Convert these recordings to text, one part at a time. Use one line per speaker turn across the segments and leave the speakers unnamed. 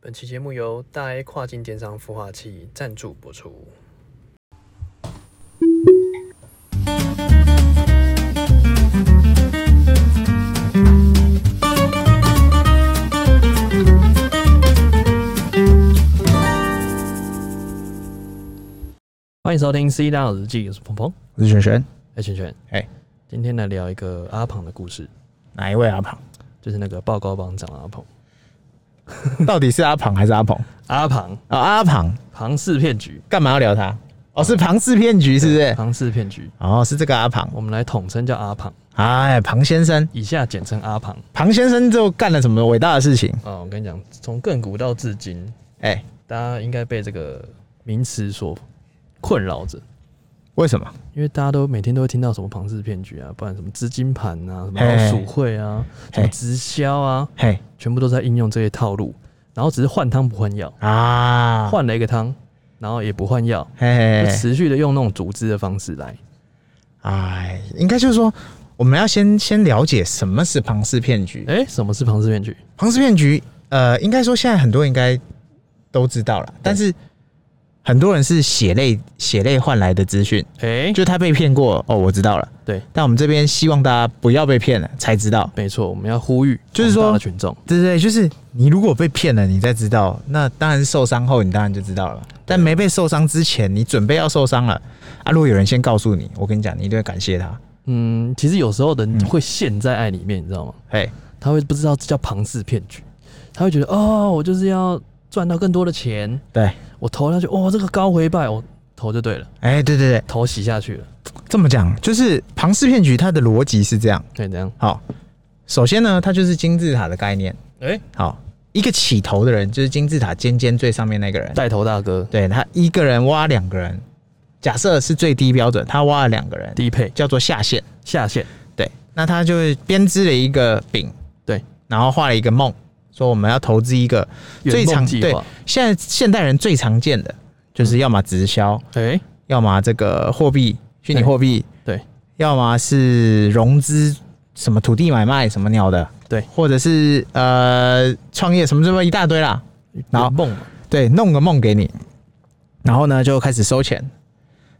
本期节目由大 A 跨境电商孵化器赞助播出。欢迎收听《C 大佬日记》，我是鹏鹏，
我是璇璇，
哎，圈圈，
哎，
今天来聊一个阿庞的故事，
哪一位阿庞？
就是那个报告帮长阿庞，
到底是阿庞还是阿鹏？
阿庞
啊、阿庞
庞氏骗局，
干嘛要聊他？哦，是庞氏骗局是不是？
庞氏骗局，
哦，是这个阿庞。
我们来统称叫阿庞，
哎，庞先生，
以下简称阿庞。
庞先生就干了什么伟大的事情？
啊，我跟你讲，从亘古到至今，
哎、
大家应该被这个名词所困扰着，
为什么？
因为大家都每天都会听到什么庞氏骗局啊，不然什么资金盘啊，什么
嘿
老鼠会啊，什么
嘿
直销啊，
嘿
全部都在应用这些套路，然后只是换汤不换药，
啊，
换了一个汤，然后也不换药，
嘿嘿
就
嘿，
持续的用那种组织的方式来。
哎，应该就是说，我们要先先了解什么是庞氏骗局。
哎、什么是庞氏骗局？
庞氏骗局，呃，应该说现在很多人应该都知道了，但是很多人是血泪血泪换来的资讯。
哎、
就他被骗过哦，我知道了。
对，
但我们这边希望大家不要被骗了才知道。
没错，我们要呼吁
就是
广大
说
的群众，
对对对，就是你如果被骗了，你再知道，那当然是受伤后你当然就知道了。但没被受伤之前，你准备要受伤了啊！如果有人先告诉你，我跟你讲，你一定会感谢他。
嗯，其实有时候人会陷在爱里面，你知道吗？
嘿，
他会不知道这叫庞氏骗局，他会觉得哦，我就是要赚到更多的钱，
对，
我投下去，哦，这个高回报，我投就对了，
哎，对对对，
投洗下去了，
这么讲就是庞氏骗局，它的逻辑是这样。
对，怎样？
好，首先呢，它就是金字塔的概念。
哎、
好，一个起头的人就是金字塔尖尖最上面那个人。
带头大哥
对他一个人挖两个人，假设是最低标准，他挖了两个人，
低配
叫做下线。
下线，
对，那他就编织了一个饼，
对，
然后画了一个梦，说我们要投资一个最
圆梦
常
计
对
划，
现在现代人最常见的就是要么直销，
哎、
要么这个货币虚拟货币，
对，
要么是融资什么土地买卖什么鸟的，
对
或者是呃创业什么什么一大堆啦。然后
圆梦嘛，
对，弄个梦给你，然后呢就开始收钱。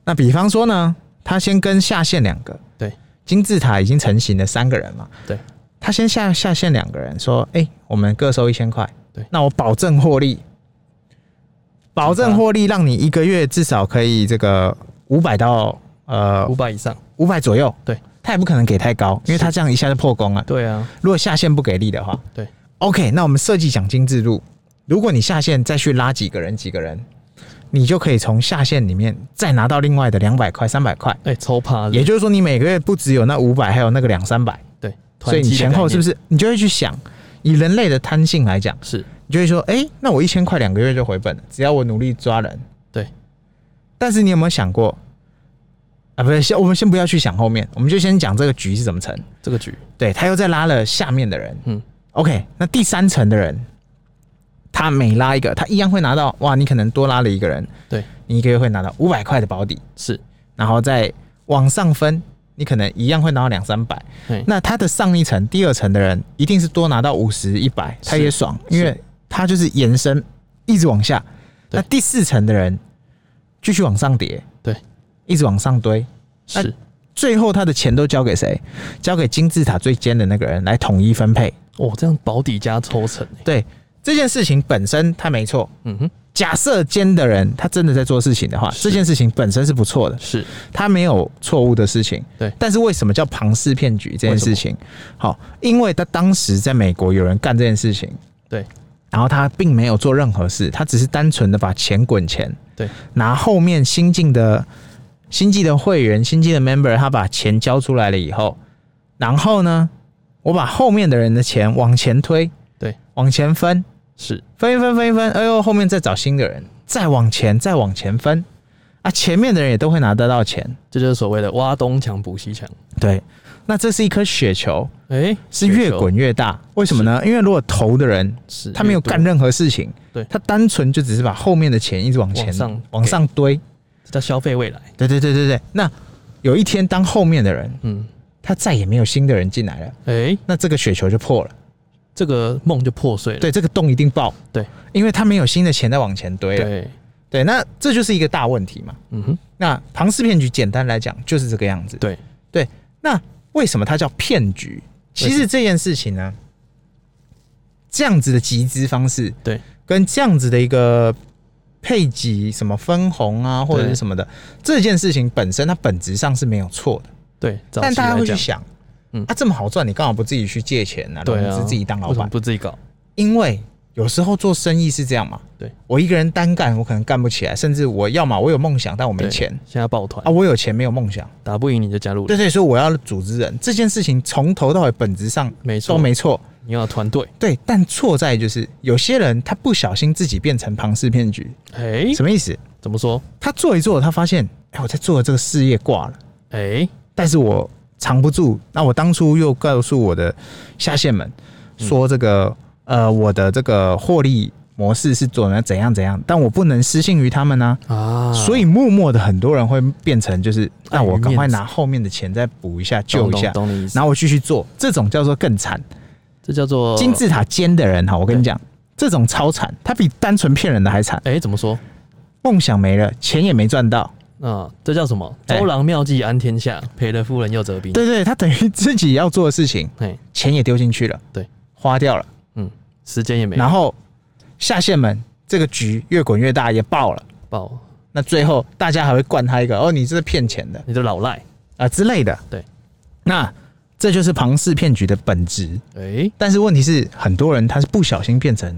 那比方说呢，他先跟下线两个，
对，
金字塔已经成型的三个人嘛，
对，
他先下下线两个人说，哎、我们各收一千块，
对
那我保证获利，保证获利，让你一个月至少可以这个五百到呃
五百以上，
五百左右，
对，
他也不可能给太高，因为他这样一下就破功了。
对啊，
如果下线不给力的话，
对
，OK，那我们设计奖金制度，如果你下线再去拉几个人几个人，你就可以从下线里面再拿到另外的两百块、三百块，
哎、抽趴
也就是说你每个月不只有那五百，还有那个两三百，
对，
所以你前后是不
是
是你就会去想，以人类的贪性来讲，
是？
你就会说，哎、那我一千块两个月就回本了，只要我努力抓人。
对，
但是你有没有想过？啊，不是，先我们先不要去想后面，我们就先讲这个局是怎么成。
这个局，
对他又再拉了下面的人，
嗯，
OK，那第三层的人，他每拉一个，他一样会拿到哇，你可能多拉了一个人，
对，
你一个月会拿到五百块的保底，
是，
然后再往上分，你可能一样会拿到两三百。
哎、
那他的上一层、第二层的人，一定是多拿到五十、一百，他
是
也爽，
是
因为他就是延伸一直往下。
对
那第四层的人继续往上叠，
对，
一直往上堆，那
是，
最后他的钱都交给谁？交给金字塔最尖的那个人来统一分配。
哦，这样保底加抽成、哎
对这件事情本身，他没错。
嗯哼，
假设奸的人他真的在做事情的话，
是
这件事情本身是不错的，
是
他没有错误的事情。
对
但是为什么叫庞氏骗局这件事情？好，因为他当时在美国有人干这件事情，
对，
然后他并没有做任何事，他只是单纯的把钱滚钱，
对，
拿后面新进的新进的会员、新进的 member，他把钱交出来了以后，然后呢，我把后面的人的钱往前推，
对，
往前分，
是，
分一分，分一分，哎呦，后面再找新的人，再往前，再往前分，啊，前面的人也都会拿得到钱。
这就是所谓的挖东墙补西墙。
对，那这是一颗雪球，
哎、
是越滚越大。为什么呢？因为如果投的人
是
他没有干
越多，
任何事情，
对
他单纯就只是把后面的钱一直往前
往上
往上堆。
这叫消费未来。
对对对对对。那有一天，当后面的人
嗯，
他再也没有新的人进来了，
哎、
那这个雪球就破了。
这个梦就破碎了。
对，这个洞一定爆。
对，
因为他没有新的钱再往前堆了。
对，
对，那这就是一个大问题嘛。
嗯哼，
那庞氏骗局简单来讲就是这个样子。
对
对，那为什么它叫骗局？其
为什
实这件事情呢，这样子的集资方式，
对，
跟这样子的一个配给什么分红啊，或者是什么的，这件事情本身它本质上是没有错的，
对。早
但
期
大家
来
会去
讲，
想，
嗯
啊，这么好赚，你干嘛不自己去借钱啊，融
对啊，
资自己当老
为什么
板？
不自己搞，
因为有时候做生意是这样嘛，
对
我一个人单干，我可能干不起来，甚至我要么我有梦想，但我没
对
钱
现在抱团
啊，我有钱没有梦想。
打不赢你就加入了，
对对，所以我要组织人这件事情，从头到尾本质上
没错，
都没错。
你要有团队，
对，但错在就是有些人他不小心自己变成庞氏骗局，
哎，
什么意思？
怎么说？
他做一做，他发现，哎，我在做的这个事业挂了，
哎，
但是我藏不住。那我当初又告诉我的下线们
嗯
说，这个、呃，我的这个获利模式是做的怎样怎样，但我不能失信于他们呢、
啊，
所以默默的很多人会变成就是，那我赶快
面子
拿后面的钱再补一下，救
懂
一下。
懂懂你意思
然，后我继续做，这种叫做更惨。
这叫做
金。字塔尖的人哈，我跟你讲，这种超惨，他比单纯骗人的还惨。
哎，怎么说？
梦想没了，钱也没赚到，
啊，这叫什么？
哎
周郎妙计安天下，赔了夫人又折兵。
对对，他等于自己要做的事情，
哎，
钱也丢进去了，
对，
花掉了，
嗯，时间也没
然后下线们这个局越滚越大，也爆了。
爆，
那最后大家还会灌他一个哦，你这是骗钱的啊、
你的老赖。
之类的。
对，
那这就是庞氏骗局的本质。
哎，
但是问题是，很多人他是不小心变成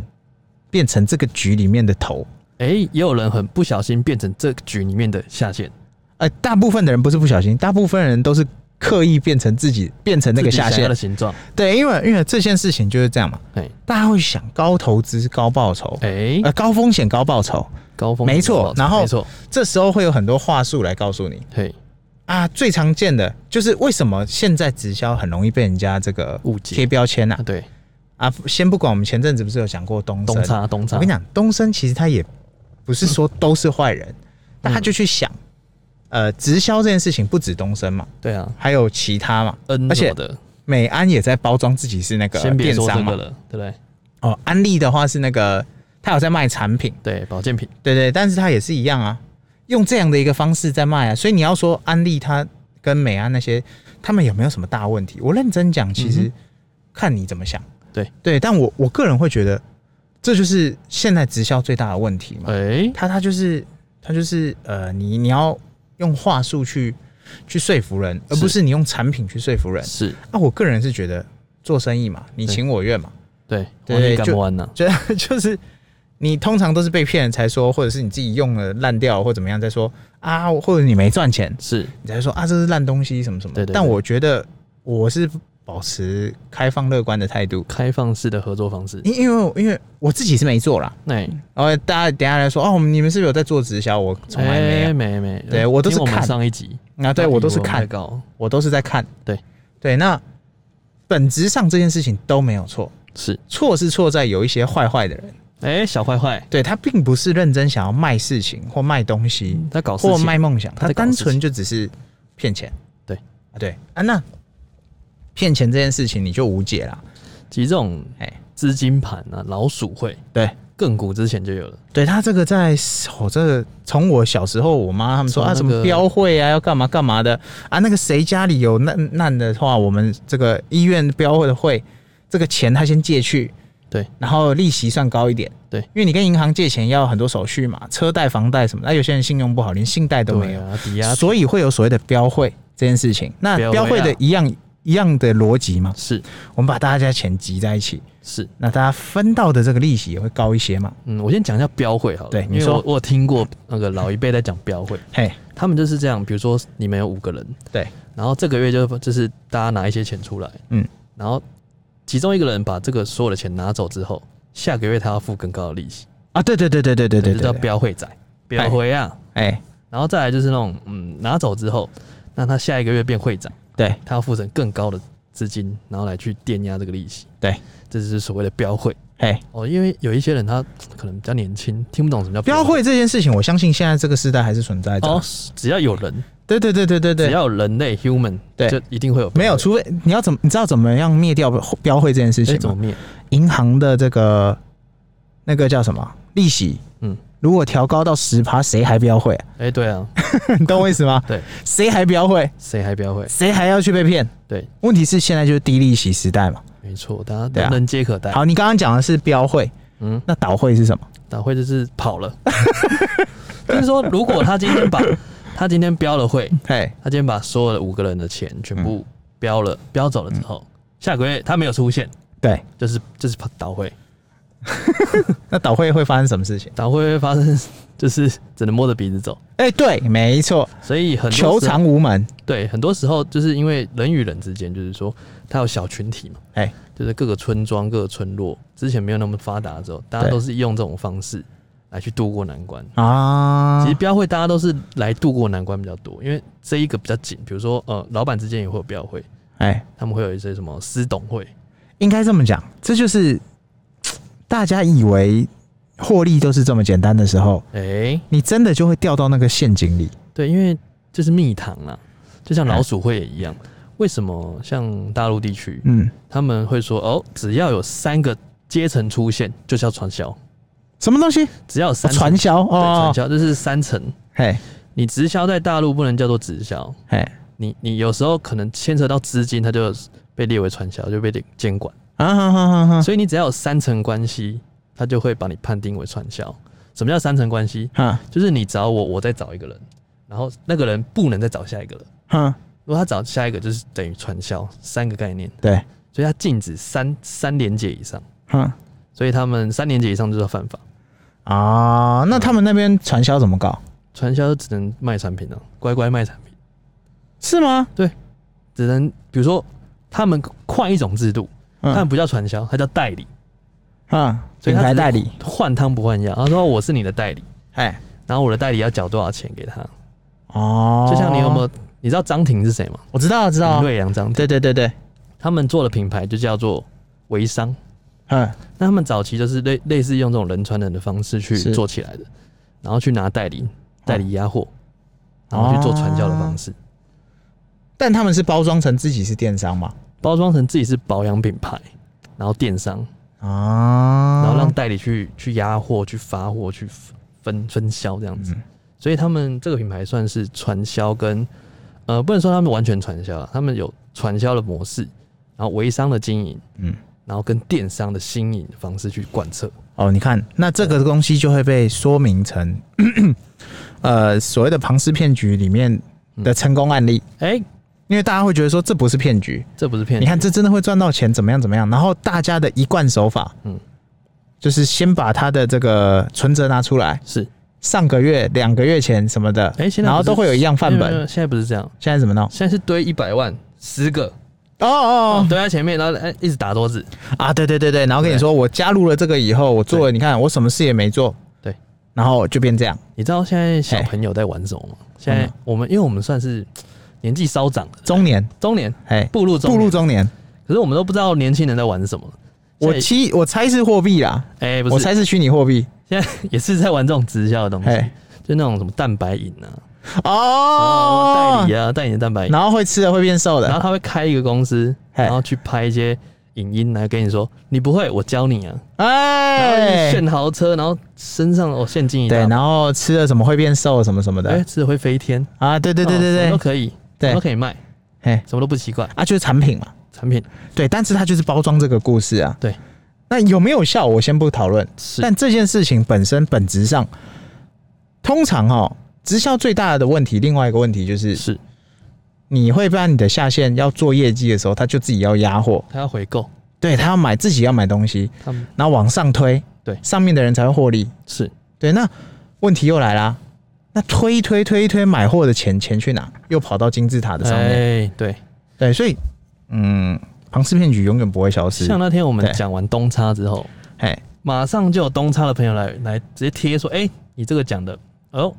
变成这个局里面的头，
哎、也有人很不小心变成这局里面的下线，
呃，大部分的人不是不小心，大部分人都是刻意变成自己变成那个
自己想
下
要
线
的。形状。
对，因为因为这件事情就是这样嘛，
哎
大家会想高投资高报酬，
哎、
呃，高风险高报酬，
高峰
没错
高峰
然后
没错，
这时候会有很多话术来告诉你
嘿，
啊。最常见的就是为什么现在直销很容易被人家这个
误解
贴标签呐
啊对，
啊先不管我们前阵子不是有讲过东
东
升，
差东差，
我跟你讲，东升其实他也不是说都是坏人，
嗯
但他就去想，呃，直销这件事情不止东升嘛，
对啊
还有其他嘛，
，N
而且
什么的，
美安也在包装自己是那个
先别
电
说这
商嘛
个，了，对不对？
哦，安利的话是那个他有在卖产品，
对，保健品，
对对，但是他也是一样啊，用这样的一个方式在卖啊，所以你要说安利他跟美安那些，他们有没有什么大问题？我认真讲，其
嗯
实看你怎么想，
对
对，但我我个人会觉得，这就是现在直销最大的问题嘛，
哎、
他他就是他就是呃，你你要用话术去去说服人，而
是
不是你用产品去说服人。
是，
啊，我个人是觉得做生意嘛，你
对
情我愿嘛，
对，
对
我也干
就
不完呢、
觉得就是你通常都是被骗人才说，或者是你自己用了烂掉或怎么样再说啊，或者你没赚钱
是，
你才说啊这是烂东西什么什么。
对对
但
对
我觉得我是保持开放乐观的态度，
开放式的合作方式，
因因为我因为我自己是没做啦。
哎、
然后大家等一下来说哦，你们是不是有在做直销？我从来没有。啊
哎没没，
对我都是
听我们
看
上一集，
啊，对
那
我
以
都是
为
看
在，搞，
我都是在看。
对
对，那本质上这件事情都没有错，
是，
错是错在有一些坏坏的人，
哎、小坏坏，
对他并不是认真想要卖事情或卖东西、
他嗯搞事
或
情，
卖梦想，
他
他
在搞
单
事情
纯就只是骗钱。
对
啊，对啊，那骗钱这件事情你就无解啦。
其实这种
哎，
资金盘啊，老鼠会，
对。
亘古之前就有了。
对他这个在，我、这个从我小时候，我妈他们说、
从那
啊，什
个
么标会啊，要干嘛干嘛的啊，那个谁家里有难难的话，我们这个医院标会的会，这个钱他先借去，
对，
然后利息算高一点，
对
因为你跟银行借钱要很多手续嘛，车贷、房贷什么的，那、有些人信用不好，连信贷都没
对
有，
啊，抵押
所以会有所谓的标会这件事情。那
标会啊
标会的一样一样的逻辑嘛，
是
我们把大家的钱集在一起，
是，
那大家分到的这个利息也会高一些嘛，
嗯，我先讲一下标会好了，
对
因
你
为
说
我我有听过那个老一辈在讲标会，
嘿，
他们就是这样，比如说你们有五个人，
对，
然后这个月就就是大家拿一些钱出来，
嗯，
然后其中一个人把这个所有的钱拿走之后，下个月他要付更高的利息，
啊，对对对对对对对
这
对，
叫
对
标会仔，标会啊，
哎，
然后再来就是那种嗯拿走之后，那他下一个月变会长，
对
他要付成更高的资金，然后来去垫压这个利息，
对，
这就是所谓的标会。
嘿，
哦，因为有一些人他可能比较年轻，听不懂什么叫
标会这件事情，我相信现在这个时代还是存在的。
哦，只要有人，
对对对对对
只
对，
要有人类 human，
对
就一定会有标会
没有，除非你要怎么，你知道怎么样灭掉标会这件事
哎
情
怎么
吗？
灭？
银行的这个那个叫什么利息？
嗯，
如果调高到十趴，谁还标会、啊？
哎，对啊，
你懂我意思吗？
对，
谁还标会？
谁还标会？
谁还要去被骗？
对，
问题是现在就是低利息时代嘛。
没错，大家
对啊
人人皆可贷。
好，你刚刚讲的是标会，
嗯，
那倒会是什么？
打会就是跑了。 听说如果他今天把 他今天标了会，
嘿，
他今天把所有的五个人的钱全部
嗯
标了，标走了之后，下个月他没有出现，
对，
就是就是跑倒会，
那倒会会发生什么事情？
倒会会发生就是只能摸着鼻子走。
哎、对，没错，
所以很多时候
求偿无门。
对很多时候就是因为人与人之间，就是说他有小群体嘛，
哎、
就是各个村庄、各个村落之前没有那么发达的时候，大家
对
都是用这种方式来去渡过难关。
啊
其实，标会大家都是来渡过难关比较多，因为这一个比较紧。比如说，呃，老板之间也会有标会，
哎、
他们会有一些什么私董会，
应该这么讲，这就是嘖大家以为获利都是这么简单的时候，
哎、
你真的就会掉到那个陷阱里。
对，因为这是蜜糖啦，就像
哎
老鼠会也一样。为什么像大陆地区
嗯，
他们会说哦，只要有三个阶层出现就叫传销，
什么东西？
只要有
哦
三层
传销
对
哦
传，销，这是三层。
嘿，
你直销在大陆不能叫做直销，
嘿，
你你有时候可能牵扯到资金，它就被列为传销，就被监管。
啊哈哈哈哈
所以你只要有三层关系，他就会把你判定为传销。什么叫三层关系？
哈
就是你找我，我再找一个人，然后那个人不能再找下一个人。
哈，
如果他找下一个，就是等于传销，三个概念，
对，
所以他禁止三三连结以上，
哈
所以他们三连结以上就是犯法。
啊，那他们那边传销怎么搞？
传销只能卖产品啊，乖乖卖产品，
是吗？
只能比如说他们换一种制度，他们
嗯
不叫传销，他叫代理，
嗯，
所以
品
他
牌
只
代理，
换汤不换药。他说我是你的代理，
哎，
然后我的代理要缴多少钱给他？
哦，
就像你有没有？你知道张婷是谁吗？
我知道，知啊
林
道，
瑞阳张婷，
对对对对，
他们做的品牌就叫做微商。
嗯，
那他们早期就是类类似用这种人传人的方式去
是哦
做起来的，然后去拿代理代理压货，然后去做传销的方
哦
式，
但他们是包装成自己是电商嘛？
包装成自己是保养品牌，然后电商，
啊，
然后让代理去去压货、去发货、去分分销这样子。
嗯
所以他们这个品牌算是传销跟呃，不能说他们完全传销啊，他们有传销的模式，然后微商的经营，
嗯，
然后跟电商的新颖方式去贯彻。
哦，你看，那这个东西就会被说明成， 呃，所谓的庞氏骗局里面的成功案例，
哎、
因为大家会觉得说这不是骗局，
这不是骗
你
局，
看这真的会赚到钱，怎么样怎么样，然后大家的一贯手法，嗯
嗯，
就是先把他的这个存折拿出来，
是
上个月、两个月前什么的，
哎、现在
然后
不是
都会有一样范
没有没有没
本，
有现在不是这样，
现在怎么弄？
现在是堆一百万，十个
哦
哦
哦，
堆在前面，然后哎一直打桌子，
啊，对对对对，然后跟你
对
说，我加入了这个以后，我做了，你看我什么事也没做，
对，
然后就变这样，
你知道现在小朋友在玩什么吗？现
嗯
在我们因为我们算是年纪稍长，
中年，
中年
哎，
步入中
步
年，
入中年。
可是我们都不知道年轻人在玩什么。
我
现在
七，我猜是货币啦，
哎、不
我
是，
猜是虚拟货币。
现在也是在玩这种直销的东西
哎，
就那种什么蛋白饮啊，
哦
代，理啊，代理的蛋白饮，
然后会吃的会变瘦
然后
的，
他会开一个公司，
哎
然后去拍一些影音来跟你说，你不会，我教你啊，然后
哎，
炫豪车，然后身上哦现金一大
对，
包，
然后吃了什么会变瘦什么什么
哎
的
吃了会飞天，
啊，对对对
哦什么
对
都
对
可以，什么都
对，
可以卖，
哎，
什么都不奇怪，
啊就是产品嘛，
产品
对，但是它就是包装这个故事啊，
对。
那有没有效，我先不讨论，
是
但这件事情本身本质上，通常哈，直销最大的问题，另外一个问题就是，
是，
你会把你的下线要做业绩的时候，他就自己要压货，
他要回购，
对他要买自己要买东西，
他们
然后往上推，
对
上面的人才会获利。
是
对，那问题又来啦，那推一推推一推买货的钱钱去哪？又跑到金字塔的上面。
哎对，
对，所以嗯，庞氏骗局永远不会消失。
像那天我们
对
讲完东差之后，
哎，
马上就有东差的朋友来来直接贴说，哎、你这个讲的，哦，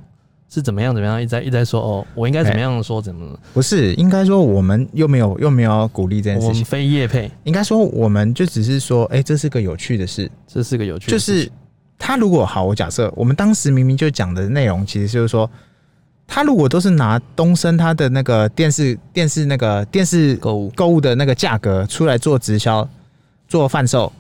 是怎么样怎么样，一直在一直在说哦，我应该怎么样说怎么，
不是，应该说我们又没有又没有要鼓励这件
我
事
们
情，
非业配，
应该说我们就只是说，哎、这是个有趣的事，
这是个有趣的
就
事情，
是他如果好，我假设我们当时明明就讲的内容，其实就是说，他如果都是拿东升他的那个电视电视那个电视
购物
购物的那个价格出来做直销、做贩售，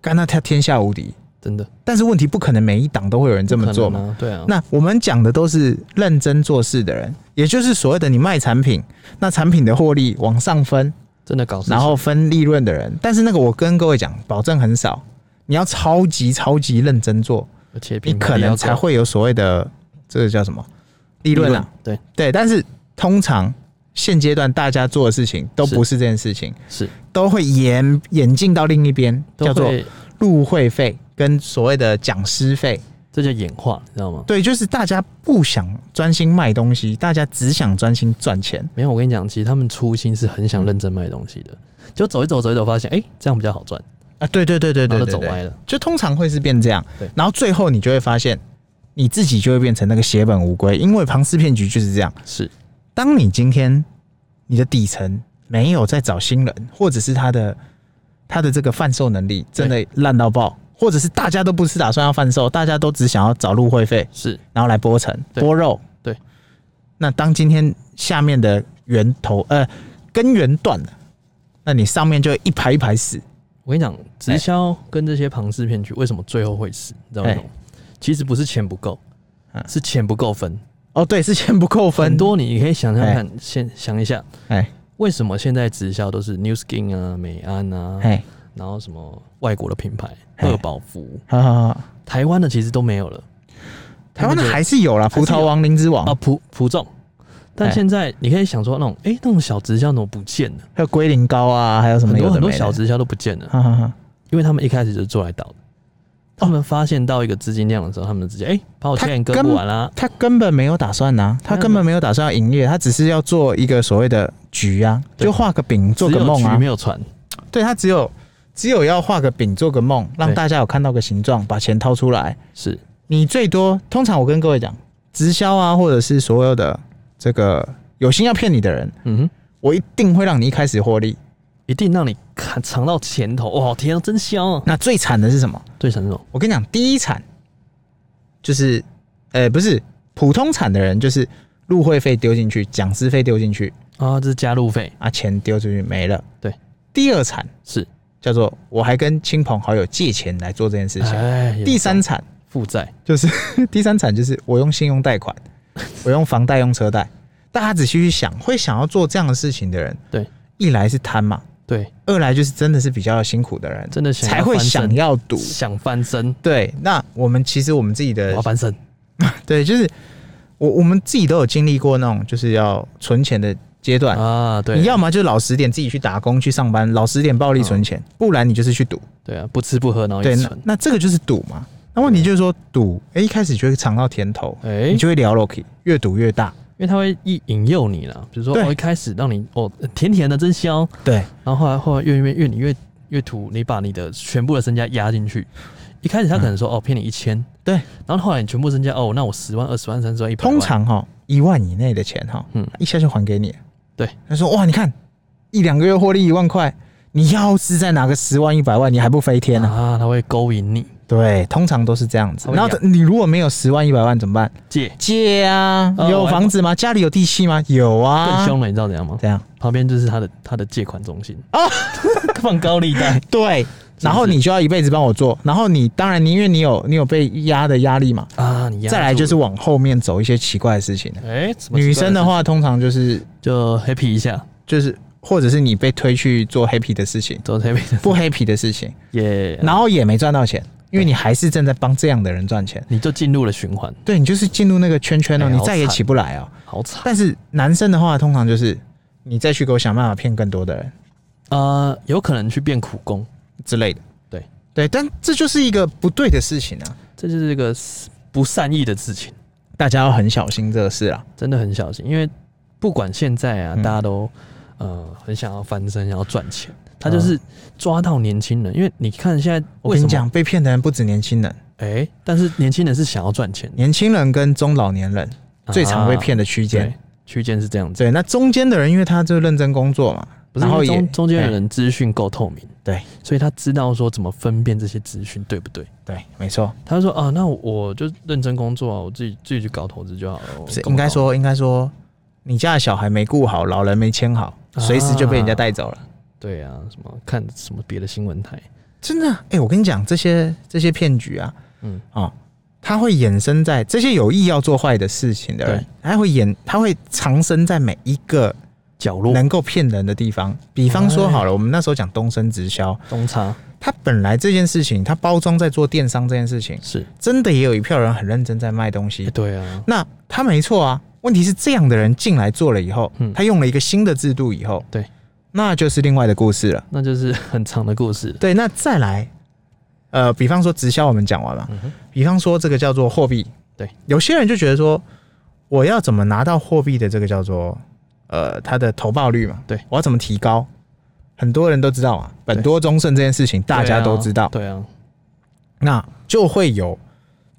干那他天下无敌。
真的
但是问题不可能每一档都会有人这么做
不可
嘛？
能啊？对啊，
那我们讲的都是认真做事的人，也就是所谓的你卖产品，那产品的获利往上分，
真的搞事情，
然后分利润的人。但是那个我跟各位讲，保证很少，你要超级超级认真做，
而且
你
品牌
可
也
能
要
才
做
会有所谓的这个叫什么利
利
润啊？，
对，
对，但是通常现阶段大家做的事情都
是
不是这件事情，
是
都会演演进到另一边，
都
叫做
会
入会费跟所谓的讲师费。
这叫演化，你知道吗？
对，就是大家不想专心卖东西，大家只想专心赚钱。
没有，我跟你讲，其实他们初心是很想认真卖东西的，就走一走走一走，发现哎、这样比较好赚，
啊，对对对对
然
对
后就
对
走
对
歪了。
就通常会是变这样
对，
然后最后你就会发现，你自己就会变成那个血本无归，因为庞氏骗局就是这样。
是
当你今天你的底层没有在找新人，或者是他的他的这个贩售能力真的烂到爆，或者是大家都不是打算要贩售，大家都只想要找入会费，
是，
然后来剥成
对
剥肉。
对，
那当今天下面的源头呃根源断了，那你上面就一排一排死。
我跟
哎
你讲，直销跟这些庞氏骗局为什么最后会死？你知道吗
哎？
其实不是钱不够，
嗯
是钱不够分。
哦，对，是钱不扣分
很多你可以想想看，先想一下，
哎
为什么现在直销都是 New Skin 啊、美安啊，
哎，
然后什么外国的品牌，
哎
贺宝福，
好好好，
台湾的其实都没有了。
台湾
他
的
们觉得
还是有啦，葡萄王、灵芝王
啊，普普众。但
哎
现在你可以想说，那种哎、那种小直销怎么不见了？
还有龟苓膏啊，还有什么
很
有
多
的
很多
没的
小，直销都不见了，
哈哈哈。
因为他们一开始就是做来
哦
倒的。他们发现到一个资金量的时候，他们直接哎、把我
他
钱割
根
不完啦、
他根本没有打算呐、他根本没有打算要营业，他只是要做一个所谓的局啊，
对
就画个饼，做个梦
只有
啊
局没。有船，
对他只有只有要画个饼，做个梦，让
对
大家有看到个形状，把钱掏出来。
是
你最多，通常我跟各位讲，直销啊，或者是所有的这个有心要骗你的人，
嗯哼，
我一定会让你一开始获利。
一定让你看尝到甜头。哇，天啊，真香啊！
那最惨的是什么？
最想这种
我跟你讲，第一惨就是，呃，不是普通惨的人，就是入会费丢进去，讲师费丢进去，
啊，这是加入费，
啊，钱丢出去没了。
对，
第二惨
是
叫做我还跟亲朋好友借钱来做这件事情。
哎，有
第三惨
负债，
就是 第三惨就是我用信用贷 款，我用房贷用车贷。大家仔细去想，会想要做这样的事情的人，
对，
一来是贪嘛，
对，
二来就是真的是比较辛苦的人，
真的想要
才会
翻身
想要赌。
想翻身，
对，那我们其实我们自己
我
的
要翻身，
对，就是我我们自己都有经历过那种就是要存钱的阶段
啊，对，
你要么就老实点，自己去打工去上班，老实点暴力存钱，不然你就是去赌。
对啊，不吃不喝，然后
对，
嗯一
那
存，
那这个就是赌嘛。那问题就是说赌，哎、一开始就会尝到甜头，
哎、
你就会聊 Loki，越赌越大。
因为它会一引诱你啦，比如说
对
哦，一开始让你哦甜甜的真香，
对
然后后来后来越越越你越越土，你把你的全部的身家压进去。一开始他可能说、哦骗你一千，
嗯对，
然后后来你全部身家哦，那我十万、二十万、三十万、一百万，
通常哈一万以内的钱哈，
嗯
一下就还给你。
对，
他说哇，你看一两个月获利一万块，你要是再拿个十万一百万，你还不飞天啊？
啊，他会勾引你
对，通常都是这样子
他。会
然后你如果没有十万一百万怎么办？
借，
借啊，
哦
有
我
房子吗？家里有地契吗？有
更
啊，
凶了，你知道怎样吗？
这样。
旁边就是他的他的借款中心啊，放高利 贷，
对，然后你就要一辈子帮我做，然后你当然你因为你有你有被压的压力嘛，
啊，你压
再来
住
就是
了
往后面走一些奇怪的事情了。啊
哎，什么奇怪
女生的
事
话，通常就是
就 happy 一下，
就是或者是你被推去做 happy 的事情，
走 happy
不 happy 的事情，
也，
然后 也没赚到钱，因为你还是正在帮这样的人赚钱。
你就进入了循环，
对你就是进入那个圈圈哦，
哎
你
好
再也
惨
起不来哦。
好惨
但是男生的话，通常就是你再去给我想办法骗更多的人
啊、有可能去变苦工，
之类的。
对
对，但这就是一个不对的事情啊，
这就是一个不善意的事情，
大家要很小心这个事啊。
真的很小心，因为不管现在啊，
嗯
大家都呃很想要翻身，想要赚钱，他就是抓到年轻人，因为你看现在
嗯我
为
跟
什
你
么？
讲，被骗的人不止年轻人，
哎、但是年轻人是想要赚钱的啊
年轻人跟中老年人，最常被骗的区间
对。，区间是这样子，
啊对，那中间的人，因为他就认真工作嘛，
不是
然
因
后
为
也
中中间的人资讯够透明，
对
所以他知道说怎么分辨这些资讯对不对。
哎对，没错，
他就说啊，那我就认真工作啊，我自己自己去搞投资就好了。我
不是
搞不
应该
好
说应该说，你家的小孩没顾好，老人没牵好，
啊
随时就被人家带走了。
对啊，什么看什么别的新闻台，
真的啊，哎、我跟你讲，这些这些骗局啊，
嗯，
哦，它会衍生在这些有意要做坏的事情的人
对，
他会衍，他会藏身在每一个
角落
能够骗人的地方。比方说
哎
好了，我们那时候讲东升直销，
东差
它本来这件事情，它包装在做电商这件事情，
是，
真的也有一票人很认真在卖东西
哎，对啊，
那他没错啊。问题是这样的人进来做了以后，
嗯
他用了一个新的制度以后，
对，
那就是另外的故事了。
那就是 很长的故事。
对，那再来，呃，比方说直销，我们讲完了。
嗯哼，
比方说这个叫做货币，
对，
有些人就觉得说，我要怎么拿到货币的这个叫做呃它的投报率嘛，
对，
我要怎么提高？很多人都知道啊，本多终胜这件事情大家都知道，
对啊，
那就会有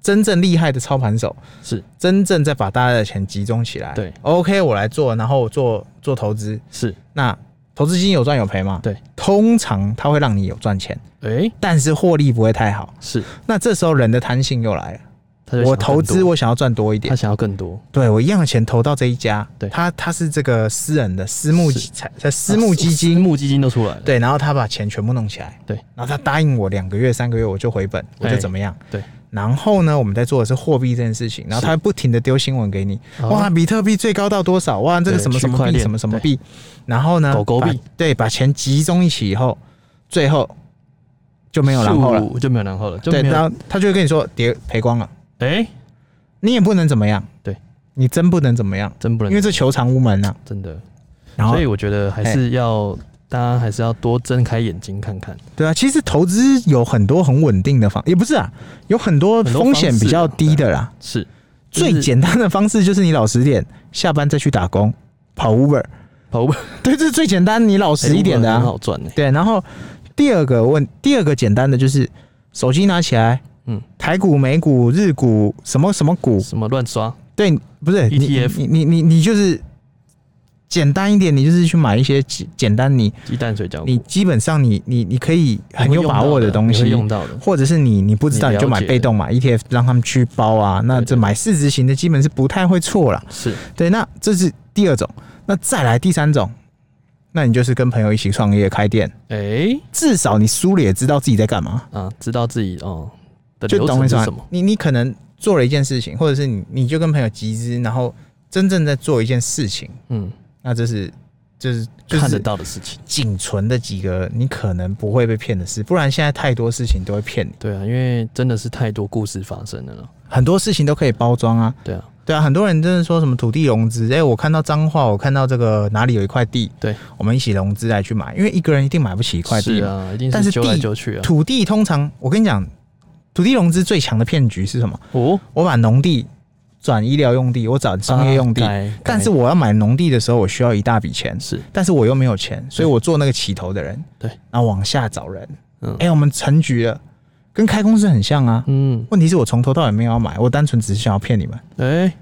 真正厉害的操盘手，
啊是
真正在把大家的钱集中起来。
对
，OK，我来做，然后我做做投资，
是，
那投资基金有赚有赔嘛？
对，
通常它会让你有赚钱，
哎，
但是获利不会太好。
是，
那这时候人的贪性又来了，
他就想要
我投
更多
资我想要赚多一点
他，想要更多，
对我一样的钱投到这一家，
对
他他是这个私人的私募
是啊
财呃私募基
私
金，
募基金都出来了，
对，然后他把钱全部弄起来，
对，哎
然后他答应我两个月三个月我就回本，我就怎么样，
对，
然后呢，我们在做的是货币这件事情，然后他会不停的丢新闻给你，
哦
哇，比特币最高到多少？哇，这个
对
什么什
区
么
块
币
链
什么什么币，然后呢，
狗狗币
把，对，把钱集中一起以后，最后就没有然后了，
就没有然后了，就
对，
没
然
有，
后他就会跟你说跌赔光了，
哎，
你也不能怎么样，
对
你真不能怎么样，
真不能，
因为这球场无门啊。
真的，
然后
所以我觉得还是要大家还是要多睁开眼睛看看，
对啊，其实投资有很多很稳定的方，也不是啊，有很多
很多
风险比较
方式啊
低的啦。
是
最简单的方式就是你老实点，下班再去打工，跑 Uber。
跑 步
对，这是最简单，你老实一点的
哎很
啊。
好赚呢，
对，然后第二个问，第二个简单的就是手机拿起来，
嗯，
台股、美股、日股什么什么股，
什么乱刷，
对，不是你
ETF
你你你你就是简单一点，你就是去买一些简简单你
鸡蛋水饺
你
股，
基本上你你你可以很
你会
有
用
把
到
握的东
你
西
会，用到的，
或者是你你不知道
你
你
了
就买
解
被动嘛 ETF 让他们去包啊，那
对对
这买市值型的基本是不太会错啦。
是
对，那这是第二种，那再来第三种，那你就是跟朋友一起创业开店，
哎
至少你输了也知道自己在干嘛，
啊，知道自己哦的
就
流
懂
程
我意思
是
吗
什么，？
你你可能做了一件事情，或者是你你就跟朋友集资，然后真正在做一件事情，
嗯，
那这是就是就
看得
是
到的事情。
仅存的几个你可能不会被骗的事，不然现在太多事情都会骗你，
对啊，因为真的是太多故事发生了啦。
很多事情都可以包装啊。
对啊，
对啊，很多人真的说什么土地融资，哎、我看到彰化，我看到这个哪里有一块地，
对，
我们一起融资来去买，因为一个人一定买不起一块地
是
嘛。
啊，一定
但是
是揪来
地
揪去啊。
土地通常，我跟你讲，土地融资最强的骗局是什么？
哦，
我把农地转医疗用地，我转商业用地，
啊该
但是
该
我要买农地的时候，我需要一大笔钱，
是
但是我又没有钱，所以我做那个起头的人，
对，
然后往下找人，
嗯
哎、我们成局了，跟开公司很像啊。
嗯，
问题是我从头到尾没有要买，我单纯只是想要骗你们。
哎，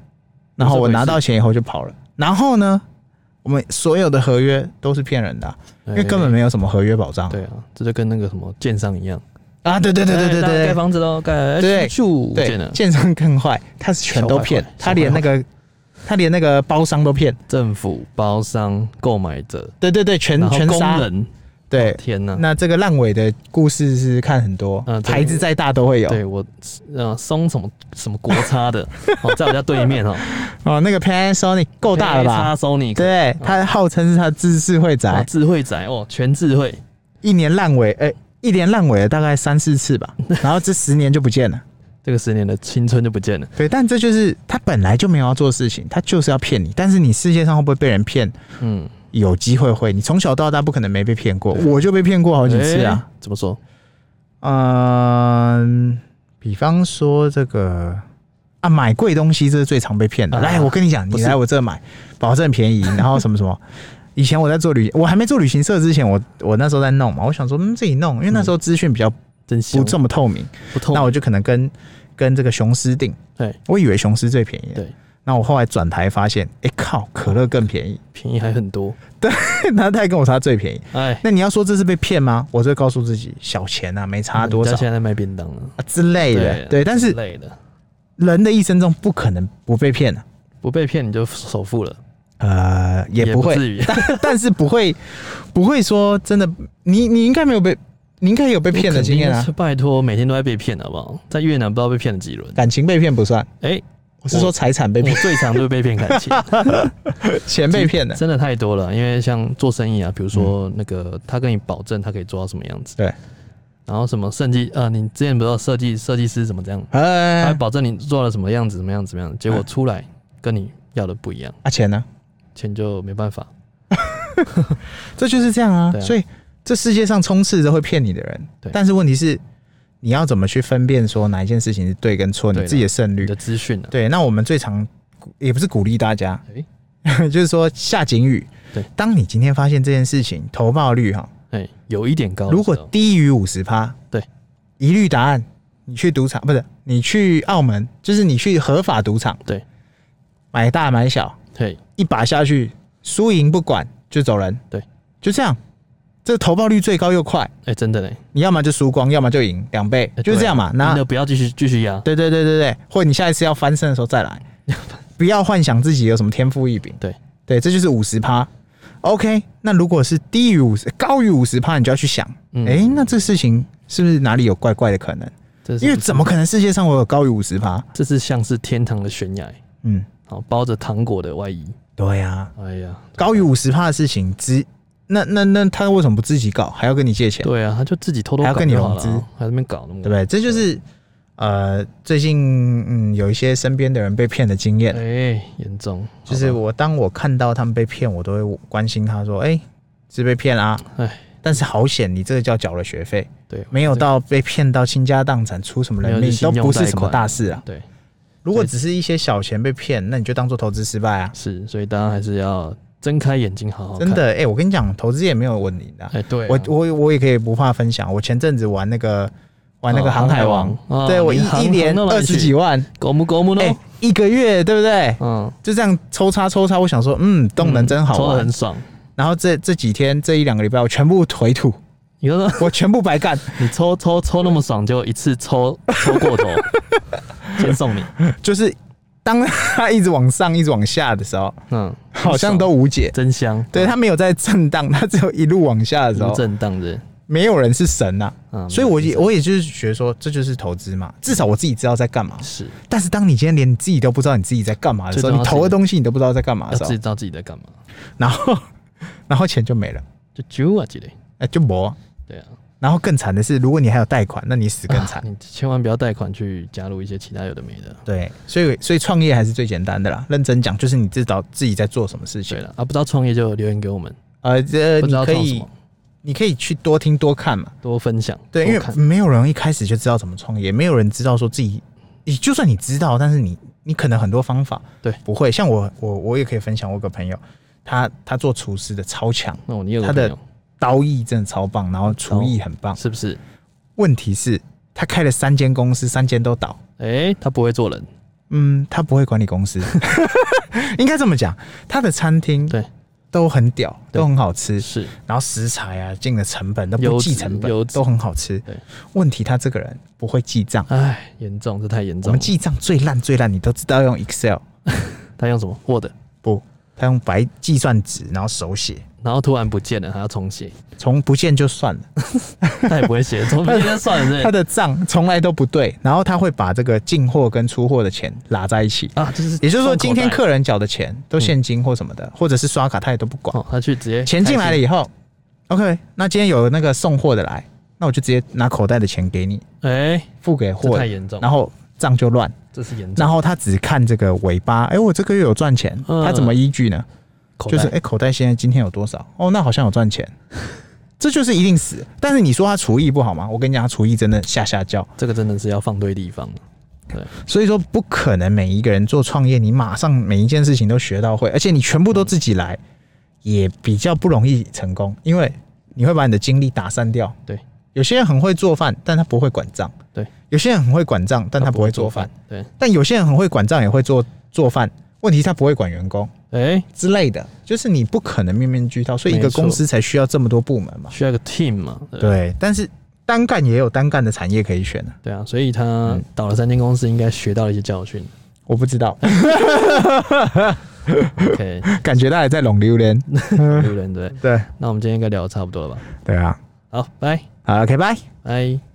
然后我拿到钱以后就跑了。然后呢，我们所有的合约都是骗人的啊、因
因
为根本没有什么合约保障。
对啊，这就跟那个什么建商一样。
啊，对对对对
哎大
对
家盖
对对
房子喽，盖哎
对
住建
对，
了，
建商更坏，他是全都骗
小坏坏，
他连那个他连那个包商都骗。
政府、包商、购买者，
对对对，全
然后
全
工
杀。
人，
对，
天哪！
那这个烂尾的故事是看很多
嗯，对
牌子再大都会有。
对我，呃，松什么什么国差 的，哦，在我家对面哦，
哦，那个 Panasonic 够大了吧？
s o n y
对，他号称是他自智慧
啊，
宅，
智慧宅哦，全智慧，
一年烂尾，哎，一年烂尾了大概三四 次吧，然后这十年就不见了。
这个十年的青春就不见了。
对，但这就是他本来就没有要做事情，他就是要骗你。但是你世界上会不会被人骗？
嗯，
有机会会，你从小到大不可能没被骗过，
对
我就被骗过好几次啊。
哎？怎么说？
嗯，比方说这个啊，买贵东西这是最常被骗的。
啊
来，我跟你讲，
不
你
是
来我这买，保证便宜，然后什么什么。以前我在做旅，我还没做旅行社之前，我我那时候在弄嘛，我想说、嗯、自己弄，因为那时候资讯比较
真香
不这么透明，
不痛
那我就可能跟跟这个雄狮定，
对
我以为雄狮最便宜，
对，
那我后来转台发现，哎、靠，可乐更便宜，
便宜还很多。
那太跟我差最便宜。
哎，
那你要说这是被骗吗？我就告诉自己，小钱啊，没差多
人
少
嗯家现在在卖便当了，
啊之类的。对，但是
累的，
人的一生中不可能不被骗的、
不被骗你就首付了，
呃，也不会，
至于
但但是不会不会说真的，你你应该没有被，你应该有被骗的经验
肯定
啊
是，拜托，每天都在被骗，好不好？在越南不知道被骗了几轮。
感情被骗不算，
哎，
我是说财产被
我
骗，
最常就是被骗感情，
钱 被骗的，嗯
真的太多了。因为像做生意啊，比如说那个他跟你保证他可以做到什么样子，
对，
然后什么设计呃，你之前不知道设计设计师怎么这样，他
哎
还，保证你做了什么样子怎么样怎么样，结果
嗯
出来跟你要的不一样，
啊钱呢？
钱就没办法。
这就是这样啊。
对啊
所以这世界上充斥着会骗你的人，
对
但是问题是，你要怎么去分辨说哪一件事情是对跟错，你
对啦
自己的胜
你
率
的。资讯啊，
对，那我们最常鼓也不是鼓励大家，
哎
就是说下警语。
对，
当你今天发现这件事情投报率哈，
哎，有一点高的时候。
如果低于五十趴，
哦对，
一律答案。你去赌场不是？你去澳门，就是你去合法赌场，
对，
买大买小，
嘿，
一把下去，输赢不管就走人，
对，
就这样。这投报率最高又快，
哎，真的嘞，
你要么就输光，要么就赢两倍，
哎
就是这样嘛。
对啊
那
赢了不要继续继续压，
对对对对对，或者你下一次要翻身的时候 再来，不要幻想自己有什么天赋异禀。
对
对，这就是五十趴。OK，那如果是低于五十、高于五十趴，你就要去想，哎、
嗯
那这事情是不是哪里有怪怪的可能？
这是
因为怎么可能世界上我有高于五十趴？
这是像是天堂的悬崖，
嗯，
好包着糖果的外衣，
对呀、
哎呀，
高于五十趴的事情，只那那那他为什么不自己搞，还要跟你借钱？
对啊，他就自己偷偷
还要
搞
跟你
就好
融
了
资
啊，还在那边搞那么
对不对？这就是呃，最近嗯有一些身边的人被骗的经验，
哎，严重，
就是
好吧
我当我看到他们被骗，我都会关心他说，哎、是被骗啦、
哎
但是好险，你这个叫缴了学费，
对
没有到被骗到倾家荡产、出什么人
没有
命
是，
都
信用
不是什么大事啊。
对
如果只是一些小钱被骗，那你就当做投资失败啊。
是，所以大家还是要睁开眼睛好好看
真，的，哎、我跟你讲，投资也没有稳赢的啊、
哎，对啊，
我我我也可以不怕分享，我前阵子玩那个玩那个
哦
航海王，
王
对
哦
我一
你航
一年
航到哪
二
里
十
去哦
几万，
狗木狗木呢
哎、，一个月对不对？
嗯，
就这样抽插抽插，我想说，嗯，动能真好
抽的
玩。
很爽。
然后这这几天这一两个礼拜，我全部腿吐，
你就说
我全部白干。
你抽抽抽那么爽，就一次抽抽过 头，先送你，
就是当它一直往上，一直往下的时候，
嗯，
好像都无解。
真香，
对，它没有在震荡，它只有一路往下的时
无
候，
震荡的，
没有人是神呐、
嗯，
所以我也我也就是觉得说，这就是投资嘛，至少我自己知道在干嘛。
是
但是当你今天连你自己都不知道你自己在干嘛的时候，
最重要
你投的东西你啊都不知道在干嘛
要
的
自
时候
己，知道自己在干嘛，
然后 然后钱就没了，
就揪啊之类，
哎、就没。
对啊，
然后更惨的是，如果你还有贷款，那你死更 惨。
啊你千万不要贷款去加入一些其他有的没的，
对，所以所以创业还是最简单的啦。认真讲，就是你知道自己在做什么事
对
情。
了啊，不知道创业就留言给我们，
呃，这
不知
你
道
可
创什
以
么
你可以去多听多看嘛。
多分享，
对，因
多
为嗯
看
没有人一开始就知道怎么创业，没有人知道说自己，你就算你知道，但是你你可能很多方法
对
不会。像我我我也可以分享，我有个朋友，他他做厨师的超强，
那我你有个
他
朋
的
友
刀艺真的超棒，然后厨艺很棒。
是不是？
问题是，他开了三间公司，三间都倒。
哎，他不会做人，
嗯，他不会管理 公司，应该这么讲。他的餐厅
对
都很屌，
对
都很好吃，
是
然后食材啊进的成本都不
优
计
质
成本
优，质
都很好吃
对。
问题他这个人不会记账，
哎，严重，这太严
我
重
们
了，
记账最烂最烂，你都知道用 Excel，
他用什么 Word，
不，他用白计算纸，然后手写，
然后突然不见了，还要重写，
从不见就算了。
他也不会 写，从今天算了是
他
不是
的账从来都不对，然后他会把这个进货跟出货的钱拉在一起。
啊，就是
也就是说，
放口
今天
袋嗯
客人缴的钱都现金或什么的，或者是刷卡，他也都不管。
哦，他去直接
钱进来了
开
以后，OK，那今天有那个送货的来，那我就直接拿口袋的钱给你，
始，哎，
付给
这
货
太
的，
严重，
然后账就乱，
这是严重，
然后他只看这个尾巴，哎、我这个月有赚钱，
嗯
他怎么依据呢？
口
就
袋
是哎、口袋现在今天有多少？哦，那好像有赚钱，这就是一定死。但是你说他厨艺不好吗？我跟你讲，他厨艺真的下下叫，
这个真的是要放对地方了，
所以说不可能每一个人做创业，你马上每一件事情都学到会，而且你全部都自己
嗯
来，也比较不容易成功，因为你会把你的精力打散掉。
对，
有些人很会做饭，但他不会管账；
对，
有些人很会管账，但他不会做饭；
对，
但有些人很会管账，也会做做饭。问题是他不会管员工
哎、
之类的，就是你不可能面面俱到，所以一个
没错
公司才需要这么多部门嘛。
需要一个 team 嘛，对
对，但是单干也有单干的产业可以选啊。
对啊，所以他倒了三间公司，应该学到了一些教训。
我不 知道，
OK，
感觉他还在拢榴莲。
对不对？对，
对
那我们今天应该聊的差不多了吧？
对啊，
好，拜
Uh, 好，OK，拜。
拜。